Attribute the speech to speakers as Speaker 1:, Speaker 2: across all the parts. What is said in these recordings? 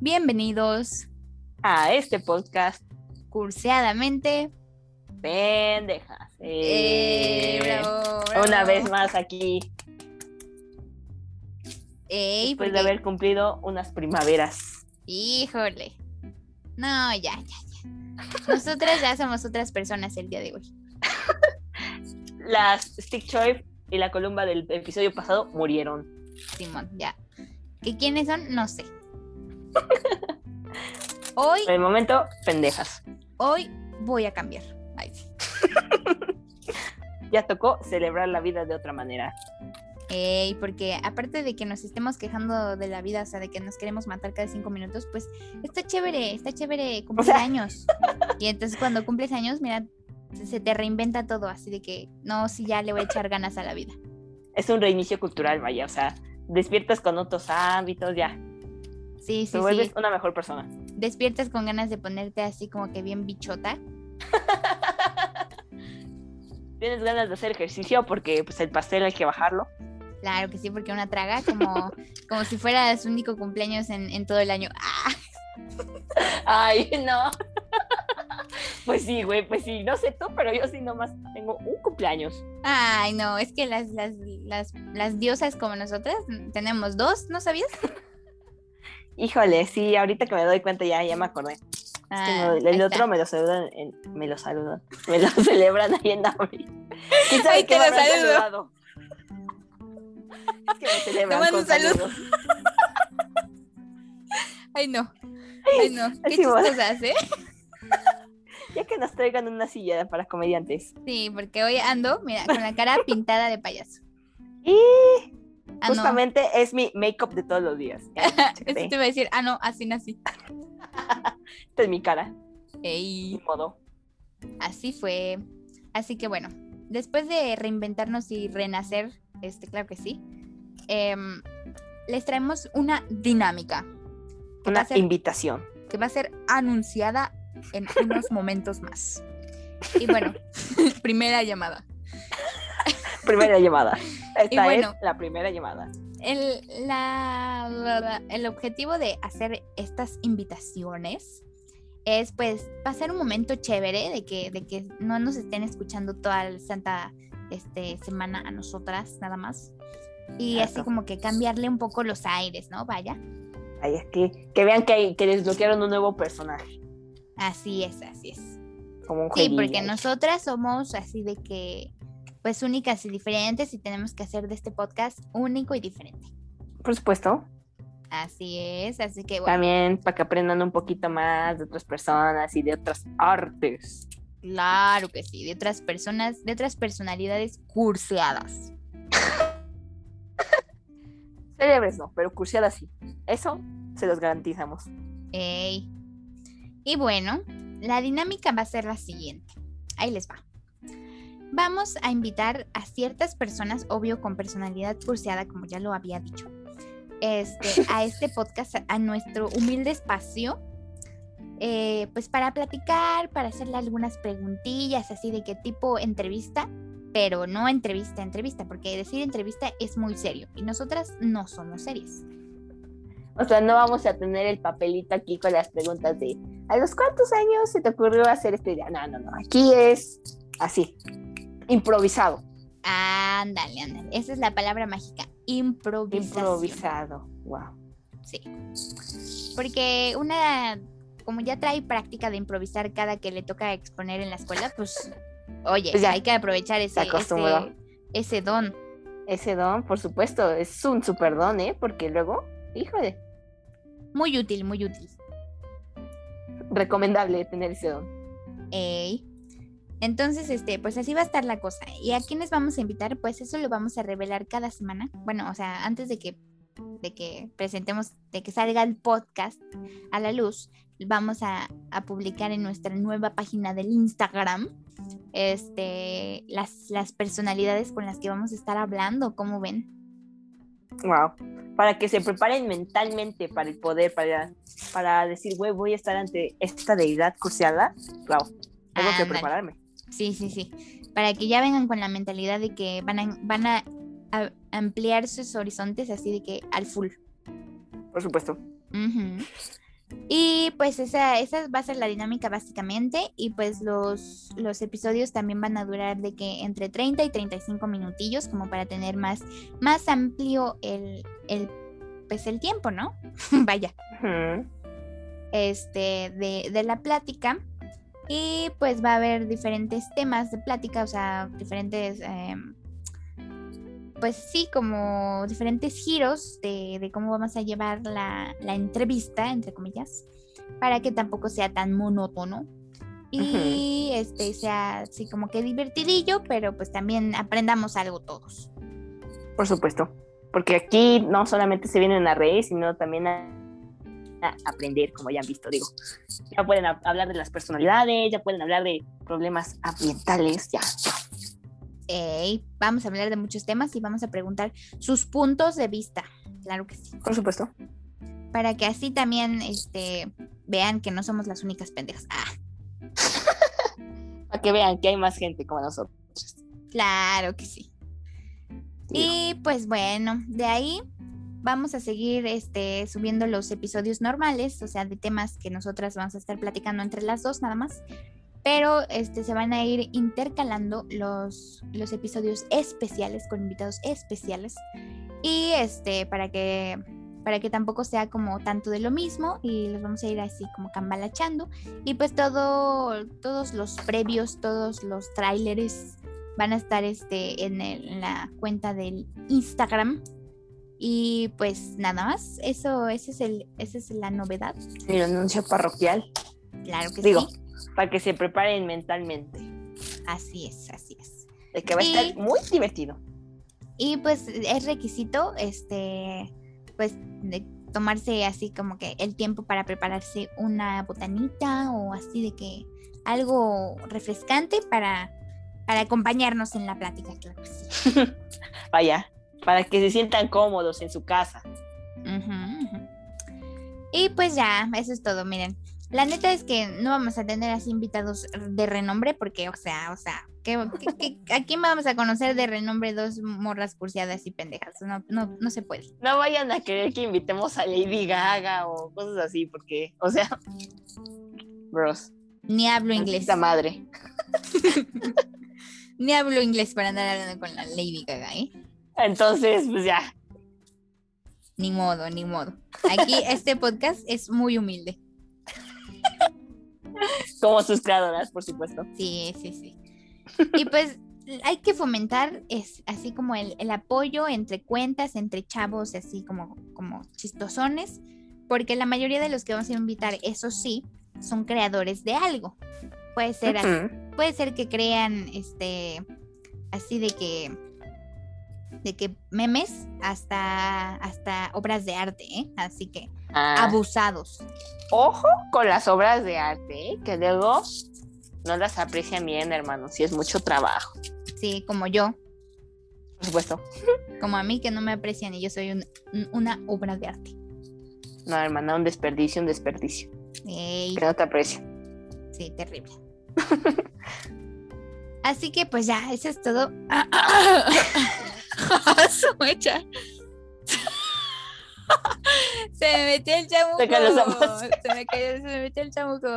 Speaker 1: Bienvenidos
Speaker 2: a este podcast
Speaker 1: curseadamente.
Speaker 2: Pendejas.
Speaker 1: ¡Ey,
Speaker 2: Eh,
Speaker 1: bravo,
Speaker 2: Una
Speaker 1: bravo!
Speaker 2: vez más aquí,
Speaker 1: Ey,
Speaker 2: después
Speaker 1: porque-
Speaker 2: de haber cumplido unas primaveras.
Speaker 1: Híjole. No, ya, ya, ya. Nosotras ya somos otras personas el día de hoy.
Speaker 2: Las Stick Choy y la columba del episodio pasado murieron.
Speaker 1: Simón, ya. ¿Que quiénes son? No sé. Hoy,
Speaker 2: En el momento, pendejas.
Speaker 1: hoy voy a cambiar. Ay, sí.
Speaker 2: Ya tocó celebrar la vida de otra manera.
Speaker 1: Ey, porque aparte de que nos estemos quejando de la vida, o sea, de que nos queremos matar cada cinco minutos, pues está chévere, está chévere cumplir
Speaker 2: sea-
Speaker 1: años. Y entonces cuando cumples años, mira, se- se te reinventa todo, así de que no, si ya le voy a echar ganas a la vida.
Speaker 2: Es un reinicio cultural, vaya. O sea, despiertas con otros ámbitos, ya.
Speaker 1: Sí, sí, sí.
Speaker 2: Te vuelves una mejor persona.
Speaker 1: Despiertas con ganas de ponerte así como que bien bichota.
Speaker 2: Tienes ganas de hacer ejercicio porque pues, el pastel hay que bajarlo.
Speaker 1: Claro que sí, porque una traga como, como si fuera su único cumpleaños en, en todo el año. ¡Ah!
Speaker 2: Ay, no. Pues sí, güey, pues sí, no sé tú, pero yo sí nomás tengo un cumpleaños.
Speaker 1: Ay, no, es que las, las, las, las diosas como nosotras mm, tenemos dos, ¿no sabías?
Speaker 2: Híjole, sí, ahorita que me doy cuenta ya, ya me acordé. Es que no,
Speaker 1: Ah, ahí
Speaker 2: el
Speaker 1: está.
Speaker 2: otro me lo saludan, en- me lo saludan, me lo celebran ahí en abril. ¿Quién sabe
Speaker 1: Ahí
Speaker 2: qué
Speaker 1: te
Speaker 2: me
Speaker 1: lo
Speaker 2: habrán
Speaker 1: saludo.
Speaker 2: saludado? Es que me celebran
Speaker 1: mando
Speaker 2: con
Speaker 1: un saludo.
Speaker 2: saludos.
Speaker 1: Ay, no. Ay, no. Qué
Speaker 2: sí, bueno.
Speaker 1: chistosas, ¿eh?
Speaker 2: Ya que nos traigan una silla para comediantes.
Speaker 1: Sí, porque hoy ando, mira, con la cara pintada de payaso.
Speaker 2: Y
Speaker 1: Ah, no.
Speaker 2: justamente es mi make-up de todos los días. Ya,
Speaker 1: Eso
Speaker 2: chécate.
Speaker 1: te iba a decir, ah, no, así nací.
Speaker 2: Esta es mi cara, mi
Speaker 1: Ey,
Speaker 2: modo.
Speaker 1: así fue. Así que bueno, después de reinventarnos y renacer, este, claro que sí, em, les traemos una dinámica ¿Qué va a
Speaker 2: Una
Speaker 1: ser?
Speaker 2: invitación.
Speaker 1: que va a ser anunciada en unos momentos más. Y bueno, primera llamada.
Speaker 2: Primera llamada. Esta
Speaker 1: bueno.
Speaker 2: es la primera llamada.
Speaker 1: El, la- la- la- el objetivo de hacer estas invitaciones es pues pasar un momento chévere de que, de que no nos estén escuchando toda la santa este, semana a nosotras nada más. Y así
Speaker 2: Exacto.
Speaker 1: como que cambiarle un poco los aires, ¿no? Vaya.
Speaker 2: Ay, es que, que vean que, hay- que desbloquearon un nuevo personaje.
Speaker 1: Así es, así es.
Speaker 2: Como un
Speaker 1: Sí,
Speaker 2: jueguillo.
Speaker 1: porque nosotras somos así de que pues únicas y diferentes y tenemos que hacer de este podcast único y diferente.
Speaker 2: Por supuesto.
Speaker 1: Así es, así que bueno.
Speaker 2: También para que aprendan un poquito más de otras personas y de otras artes.
Speaker 1: Claro que sí, de otras personas, de otras personalidades curseadas.
Speaker 2: Célebres no, pero cursiadas sí. Eso se los garantizamos.
Speaker 1: Ey. Y bueno, la dinámica va a ser la siguiente. Ahí les va. Vamos a invitar a ciertas personas, obvio con personalidad curseada, como ya lo había dicho, este, a este podcast, a nuestro humilde espacio, eh, pues para platicar, para hacerle algunas preguntillas, así de qué tipo entrevista, pero no entrevista, entrevista, porque decir entrevista es muy serio y nosotras no somos serias.
Speaker 2: O sea, no vamos a tener el papelito aquí con las preguntas de ¿a los cuántos años se te ocurrió hacer este día? No, no, no. Aquí es así. Improvisado.
Speaker 1: Ándale, ándale. Esa es la palabra mágica. Improvisación.
Speaker 2: Improvisado. Wow.
Speaker 1: Sí. Porque una, como ya trae práctica de improvisar cada que le toca exponer en la escuela, pues, oye,
Speaker 2: Pues ya,
Speaker 1: hay que aprovechar ese,
Speaker 2: acostumbró.
Speaker 1: ese, ese don.
Speaker 2: Ese don, por supuesto, es un super don, ¿eh? Porque luego, híjole,
Speaker 1: Muy útil, muy útil.
Speaker 2: recomendable tener ese don.
Speaker 1: Ey. Entonces, este, pues así va a estar la cosa. ¿Y a quiénes vamos a invitar? Pues eso lo vamos a revelar cada semana. Bueno, o sea, antes de que, de que presentemos, de que salga el podcast a la luz, vamos a, a publicar en nuestra nueva página del Instagram este, las, las personalidades con las que vamos a estar hablando, ¿cómo ven?
Speaker 2: Wow. Para que se preparen mentalmente para el poder, para, para decir, güey, voy a estar ante esta deidad curseada. Wow. Tengo que
Speaker 1: Ándale.
Speaker 2: prepararme.
Speaker 1: Sí, sí, sí. Para que ya vengan con la mentalidad de que van a, van a- a ampliar sus horizontes así de que al full.
Speaker 2: Por supuesto.
Speaker 1: Ujú. Y pues esa, esa va a ser la dinámica básicamente. Y pues los, los episodios también van a durar de que entre 30 y 35 minutillos, como para tener más, más amplio el, el, pues el tiempo, ¿no? Vaya,
Speaker 2: Ujú.
Speaker 1: este, de, de la plática. Y pues va a haber diferentes temas de plática, o sea, diferentes, em, pues sí, como diferentes giros de, de cómo vamos a llevar la, la entrevista, entre comillas, para que tampoco sea tan monótono. Y este sea así como que divertidillo, pero pues también aprendamos algo todos.
Speaker 2: Por supuesto. Porque aquí no solamente se vienen a reír, sino también a, a aprender, como ya han visto, digo. Ya pueden hab- hablar de las personalidades, ya pueden hablar de problemas ambientales, ya.
Speaker 1: Ey, vamos a hablar de muchos temas y vamos a preguntar sus puntos de vista. Claro que sí.
Speaker 2: Por supuesto.
Speaker 1: para que así también este, vean que no somos las únicas pendejas. Ah,
Speaker 2: Para que vean que hay más gente como nosotros.
Speaker 1: claro que sí.
Speaker 2: digo.
Speaker 1: Y pues bueno, de ahí vamos a seguir este, subiendo los episodios normales, o sea, de temas que nosotras vamos a estar platicando entre las dos nada más. Pero este, se van a ir intercalando los, los episodios especiales con invitados especiales. Y este, para que, para que tampoco sea como tanto de lo mismo y los vamos a ir así como cambalachando. Y pues todo, todos los previos, todos los tráileres van a estar este, en, el- en la cuenta del Instagram. Y pues nada más, eso, ese es el, esa es la novedad.
Speaker 2: El anuncio parroquial.
Speaker 1: Claro que
Speaker 2: Digo.
Speaker 1: sí.
Speaker 2: Para que se preparen mentalmente.
Speaker 1: Así es, así es.
Speaker 2: De que va a
Speaker 1: Y-
Speaker 2: estar muy divertido.
Speaker 1: Y pues es requisito, este, pues, de tomarse así como que el tiempo para prepararse una botanita o así de que algo refrescante para, para acompañarnos en la plática, claro que sí.
Speaker 2: Vaya. Para que se sientan cómodos en su casa.
Speaker 1: Ujú, ujú. Y pues ya, eso es todo, miren. La neta es que no vamos a tener así invitados de renombre porque, o sea, o sea, ¿qué, qué- qué- a quién vamos a conocer de renombre dos morras cursiadas y pendejas? No, no, no se puede.
Speaker 2: No vayan a querer que invitemos a Lady Gaga o cosas así, porque, o sea, bros.
Speaker 1: Ni hablo inglés.
Speaker 2: La madre.
Speaker 1: Ni hablo inglés para andar hablando con la Lady Gaga, ¿eh?
Speaker 2: Entonces, pues ya.
Speaker 1: Ni modo, ni modo. Aquí este podcast es muy humilde.
Speaker 2: Como sus creadoras, por supuesto.
Speaker 1: Sí, sí, sí. Y pues hay que fomentar es, así como el, el apoyo entre cuentas, entre chavos, así como, como chistosones, porque la mayoría de los que vamos a invitar, eso sí, son creadores de algo. Puede ser, así-
Speaker 2: Ujú.
Speaker 1: puede ser que crean este así de que de que memes hasta hasta obras de arte, ¿eh? así que
Speaker 2: Ah,
Speaker 1: abusados.
Speaker 2: Ojo con las obras de arte, ¿eh? que luego no las aprecian bien, hermano. Si es mucho trabajo,
Speaker 1: Sí, como yo,
Speaker 2: por supuesto.
Speaker 1: como a mí que no me aprecian y yo soy un- un- una obra de arte.
Speaker 2: No, hermana, un desperdicio, un desperdicio.
Speaker 1: Ey,
Speaker 2: Que no te aprecian.
Speaker 1: sí, terrible. Así que pues ya, eso es todo. Su mecha. Se me metió el chamuco.
Speaker 2: Saca los zapatos.
Speaker 1: Se me cayó, se me metió el chamuco.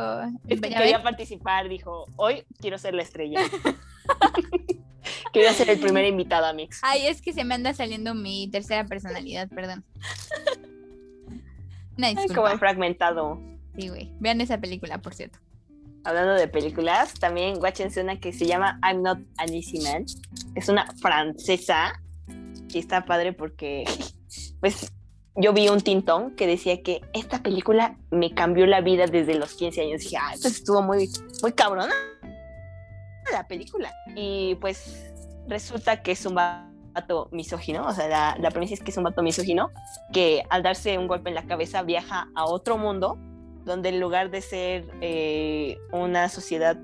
Speaker 2: Es que
Speaker 1: Ya ven,
Speaker 2: quería participar, dijo. Hoy quiero ser la estrella. quería ser el primer invitado, Amix.
Speaker 1: Ay, es que se me anda saliendo mi tercera personalidad, perdón. Una
Speaker 2: Ay, Como en
Speaker 1: disculpa.
Speaker 2: fragmentado.
Speaker 1: Sí, güey. Vean esa película, por cierto.
Speaker 2: Hablando de películas, también guáchense una que se llama I'm Not an Easy Man. Es una francesa y está padre porque, pues, yo vi un tintón que decía que esta película me cambió la vida desde los 15 años. dije, ah, pues estuvo muy, muy cabrona la película. Y pues resulta que es un vato misógino, o sea, la, la premisa es que es un vato misógino que al darse un golpe en la cabeza viaja a otro mundo donde en lugar de ser eh, una sociedad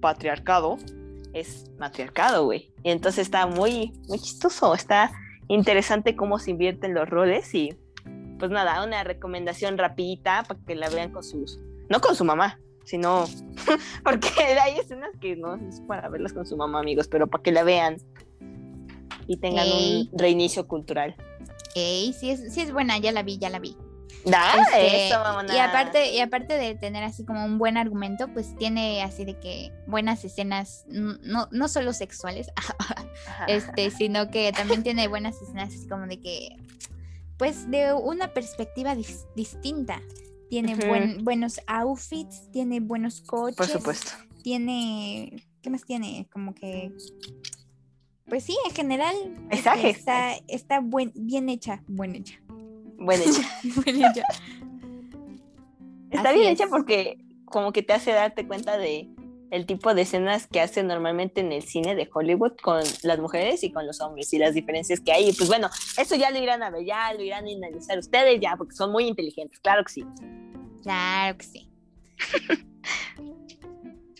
Speaker 2: patriarcado, es matriarcado, güey. Y entonces está muy, muy chistoso, está interesante cómo se invierten los roles y pues nada, una recomendación rapidita para que la vean con sus, no con su mamá, sino porque hay escenas que no es para verlas con su mamá, amigos, pero para que la vean y tengan
Speaker 1: Ey.
Speaker 2: un reinicio cultural.
Speaker 1: Ey, sí es, sí es buena, ya la vi, ya la vi.
Speaker 2: Da,
Speaker 1: Este,
Speaker 2: Ah, eso, mamona.
Speaker 1: y aparte, y aparte de tener así como un buen argumento, pues tiene así de que buenas escenas, n- no, no solo sexuales,
Speaker 2: Ajá.
Speaker 1: este, sino que también tiene buenas escenas así como de que, pues de una perspectiva dis- distinta. Tiene
Speaker 2: Ujú.
Speaker 1: buen- buenos outfits, tiene buenos coches.
Speaker 2: Por supuesto.
Speaker 1: Tiene, ¿qué más tiene? Como que, pues sí, en general. este,
Speaker 2: Mensajes.
Speaker 1: Está, está buen, bien hecha, buen hecha.
Speaker 2: Bueno, hecha.
Speaker 1: Bien hecha.
Speaker 2: está
Speaker 1: Así
Speaker 2: bien
Speaker 1: es.
Speaker 2: hecha porque como que te hace darte cuenta de el tipo de escenas que hacen normalmente en el cine de Hollywood con las mujeres y con los hombres y las diferencias que hay. Y pues bueno, eso ya lo irán a ver, ya lo irán a analizar ustedes ya, porque son muy inteligentes, claro que sí.
Speaker 1: Claro que sí.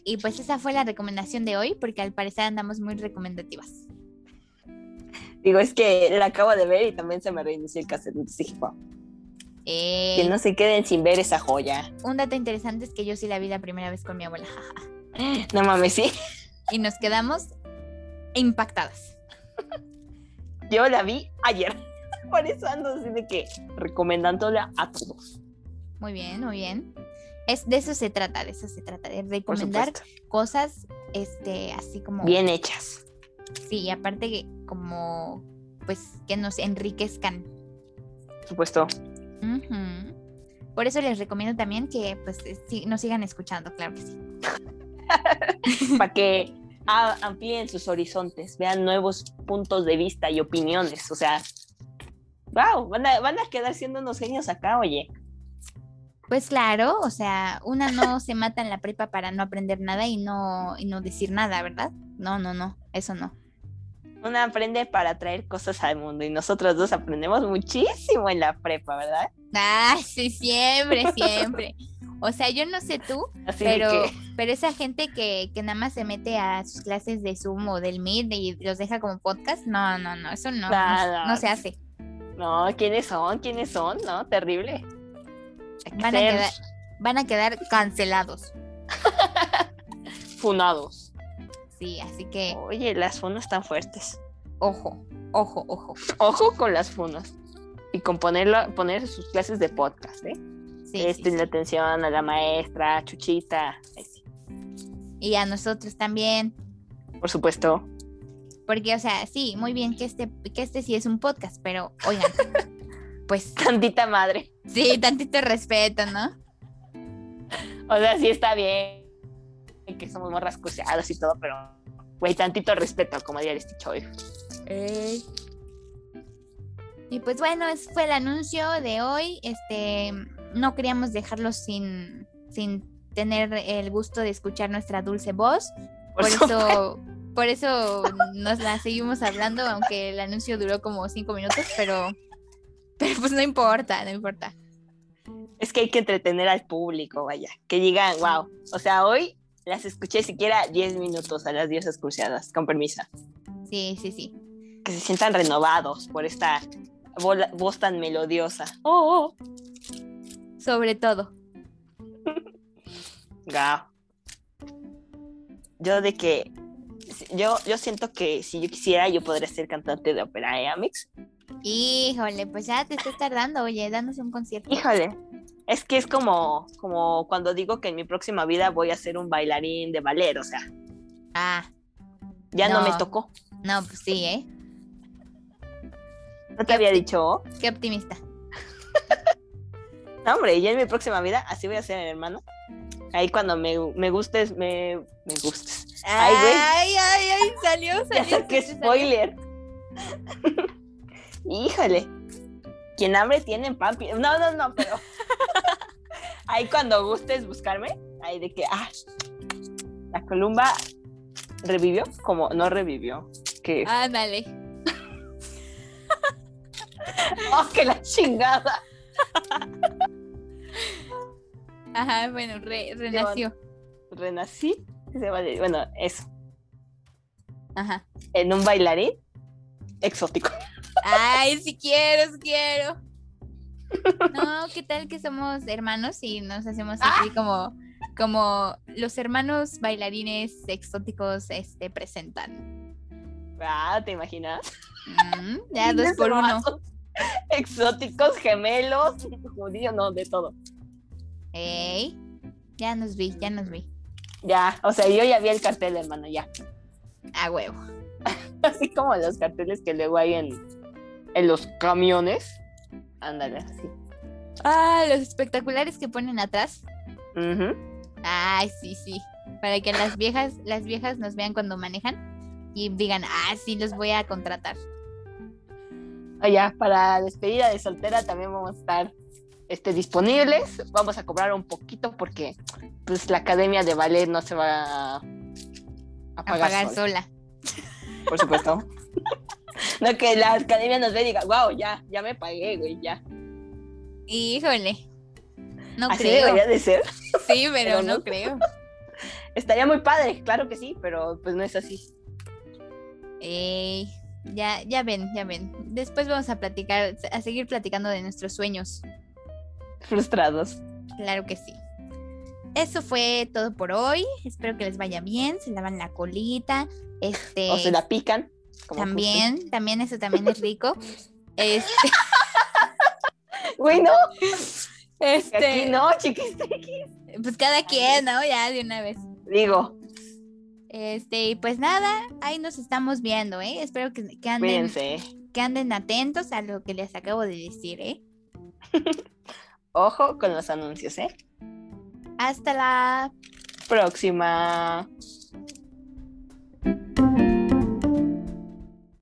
Speaker 1: y pues esa fue la recomendación de hoy, porque al parecer andamos muy recomendativas.
Speaker 2: Digo, es que la acabo de ver y también se me reinició el cassette. Entonces dije, "Wow,
Speaker 1: Eh,
Speaker 2: que no se queden sin ver esa joya.
Speaker 1: Un dato interesante es que yo sí la vi la primera vez con mi abuela. jaja.
Speaker 2: No mames, sí.
Speaker 1: Y nos quedamos impactadas.
Speaker 2: Yo la vi ayer. Por eso ando así de que recomendándola a todos.
Speaker 1: Muy bien, muy bien. Es, de eso se trata, de eso se trata, de
Speaker 2: Por
Speaker 1: recomendar
Speaker 2: supuesto.
Speaker 1: cosas este, así como...
Speaker 2: Bien hechas.
Speaker 1: Sí, y aparte que como pues que nos enriquezcan.
Speaker 2: Por supuesto.
Speaker 1: Ujú. Por eso les recomiendo también que pues sí, nos sigan escuchando, claro que sí.
Speaker 2: Para que a- amplíen sus horizontes, vean nuevos puntos de vista y opiniones. O sea, wow, van a, van a quedar siendo unos genios acá, oye.
Speaker 1: Pues claro, o sea, una no se mata en la prepa para no aprender nada y no, y no decir nada, ¿verdad? No, no, no, eso no.
Speaker 2: Una aprende para traer cosas al mundo y nosotros dos aprendemos muchísimo en la prepa, ¿verdad?
Speaker 1: Ah, sí, siempre, siempre. O sea, yo no sé tú,
Speaker 2: Así de
Speaker 1: pero,
Speaker 2: que-
Speaker 1: pero esa gente que, que nada más se mete a sus clases de Zoom o del Meet y los deja como podcast, no, no, no, eso no,
Speaker 2: Nada.
Speaker 1: no, no se hace.
Speaker 2: No, ¿quiénes son? ¿Quiénes son? No, terrible. Hay que
Speaker 1: Van a
Speaker 2: ser
Speaker 1: quedar, van a quedar cancelados.
Speaker 2: funados.
Speaker 1: Sí, así que
Speaker 2: Oye, las funas tan fuertes.
Speaker 1: ojo, ojo, ojo.
Speaker 2: Ojo con las funas. Y con ponerla, poner sus clases de podcast, ¿eh?
Speaker 1: Sí, sí,
Speaker 2: Presten
Speaker 1: sí.
Speaker 2: atención a la maestra, a Chuchita. Ay, sí.
Speaker 1: Y a nosotros también.
Speaker 2: Por supuesto.
Speaker 1: Porque, o sea, sí, muy bien que este, que este sí es un podcast, pero oigan, pues
Speaker 2: Tantita madre.
Speaker 1: sí, tantito respeto, ¿no?
Speaker 2: O sea, sí está bien que somos morras cruceadas y todo, pero, güey, tantito respeto, como diría el Stitch hoy.
Speaker 1: Y pues bueno, ese fue el anuncio de hoy. Este, no queríamos dejarlos sin, sin tener el gusto de escuchar nuestra dulce voz. Por,
Speaker 2: Por supuesto.
Speaker 1: eso, por eso nos la seguimos hablando, aunque el anuncio duró como cinco minutos, pero, pero pues no importa, no importa.
Speaker 2: Es que hay que entretener al público, vaya. Que digan, wow. O sea, hoy las escuché siquiera 10 minutos a las diosas cruceadas, con permiso.
Speaker 1: Sí, sí, sí.
Speaker 2: Que se sientan renovados por esta vola- voz tan melodiosa. Oh, oh.
Speaker 1: Sobre todo.
Speaker 2: Guau. Yo de que. Yo, yo siento que si yo quisiera, yo podría ser cantante de ópera, ¿eh, Amix?
Speaker 1: Híjole, pues ya te estás tardando, oye, danos un concierto.
Speaker 2: Híjole. Es que es como, como cuando digo que en mi próxima vida voy a ser un bailarín de ballet, o sea,
Speaker 1: Ah,
Speaker 2: ya no,
Speaker 1: No.
Speaker 2: me tocó.
Speaker 1: no, pues sí, ¿eh?
Speaker 2: No te había dicho.
Speaker 1: Qué optimista.
Speaker 2: No, hombre, ya en mi próxima vida así voy a ser, hermano. Ahí cuando me, me gustes, me, me gustes. Ay, güey.
Speaker 1: Ay, ay, ay, salió,
Speaker 2: Ya
Speaker 1: salió.
Speaker 2: saqué
Speaker 1: salió,
Speaker 2: spoiler. Híjole. Quien hambre tiene papi. No, no, no, pero. ahí cuando gustes buscarme, ahí de que, ah, la columba revivió, como no revivió. Que,
Speaker 1: salió. Ándale.
Speaker 2: oh, que la chingada.
Speaker 1: Ajá, bueno, re- renació.
Speaker 2: Renací. se va de- Bueno, eso.
Speaker 1: Ajá.
Speaker 2: En un bailarín exótico.
Speaker 1: Ay, si quiero, si quiero. No, ¿qué tal que somos hermanos y nos hacemos
Speaker 2: ¡Ah!
Speaker 1: así como, como los hermanos bailarines exóticos este, presentan?
Speaker 2: Ah, ¿te imaginas?
Speaker 1: Mm, ya dos
Speaker 2: Pinches
Speaker 1: por uno.
Speaker 2: vatos. exóticos, gemelos, judíos, no, de todo.
Speaker 1: Ey, ya nos vi, ya nos vi.
Speaker 2: Ya, o sea, yo ya vi el cartel, hermano, ya.
Speaker 1: A huevo.
Speaker 2: Así como los carteles que luego hay en, en los camiones. Ándale, así.
Speaker 1: Ah, los espectaculares que ponen atrás.
Speaker 2: Ujú.
Speaker 1: Ay, sí, sí. Para que las viejas, las viejas nos vean cuando manejan y digan, ah, sí, los voy a contratar.
Speaker 2: Ah, ya, para despedida de soltera también vamos a estar este, disponibles. Vamos a cobrar un poquito porque pues la academia de ballet no se va a,
Speaker 1: A
Speaker 2: pagar,
Speaker 1: pagar
Speaker 2: sola,
Speaker 1: sola.
Speaker 2: por supuesto. no que la academia nos ve y diga, wow, ya, ya me pagué, güey, ya.
Speaker 1: Híjole. No
Speaker 2: Así
Speaker 1: creo.
Speaker 2: debería de ser.
Speaker 1: Sí, pero
Speaker 2: pero
Speaker 1: no
Speaker 2: no.
Speaker 1: creo.
Speaker 2: Estaría muy padre, claro que sí, pero pues no es así.
Speaker 1: Ey, ya, ya ven, ya ven. Después vamos a platicar, a seguir platicando de nuestros sueños.
Speaker 2: Frustrados.
Speaker 1: Claro que sí. Eso fue todo por hoy. Espero que les vaya bien. Se lavan la colita. Este,
Speaker 2: O se la pican. como
Speaker 1: también, también eso también es rico. Este,
Speaker 2: justo. Güey, no, que
Speaker 1: este,
Speaker 2: aquí no, chiquis.
Speaker 1: pues cada quien, ¿no? Ya de una vez.
Speaker 2: Digo,
Speaker 1: Este, y pues nada, ahí nos estamos viendo, ¿eh? Espero que, que anden,
Speaker 2: cuídense.
Speaker 1: que anden atentos a lo que les acabo de decir, ¿eh?
Speaker 2: Ojo con los anuncios, ¿eh?
Speaker 1: Hasta la
Speaker 2: Próxima.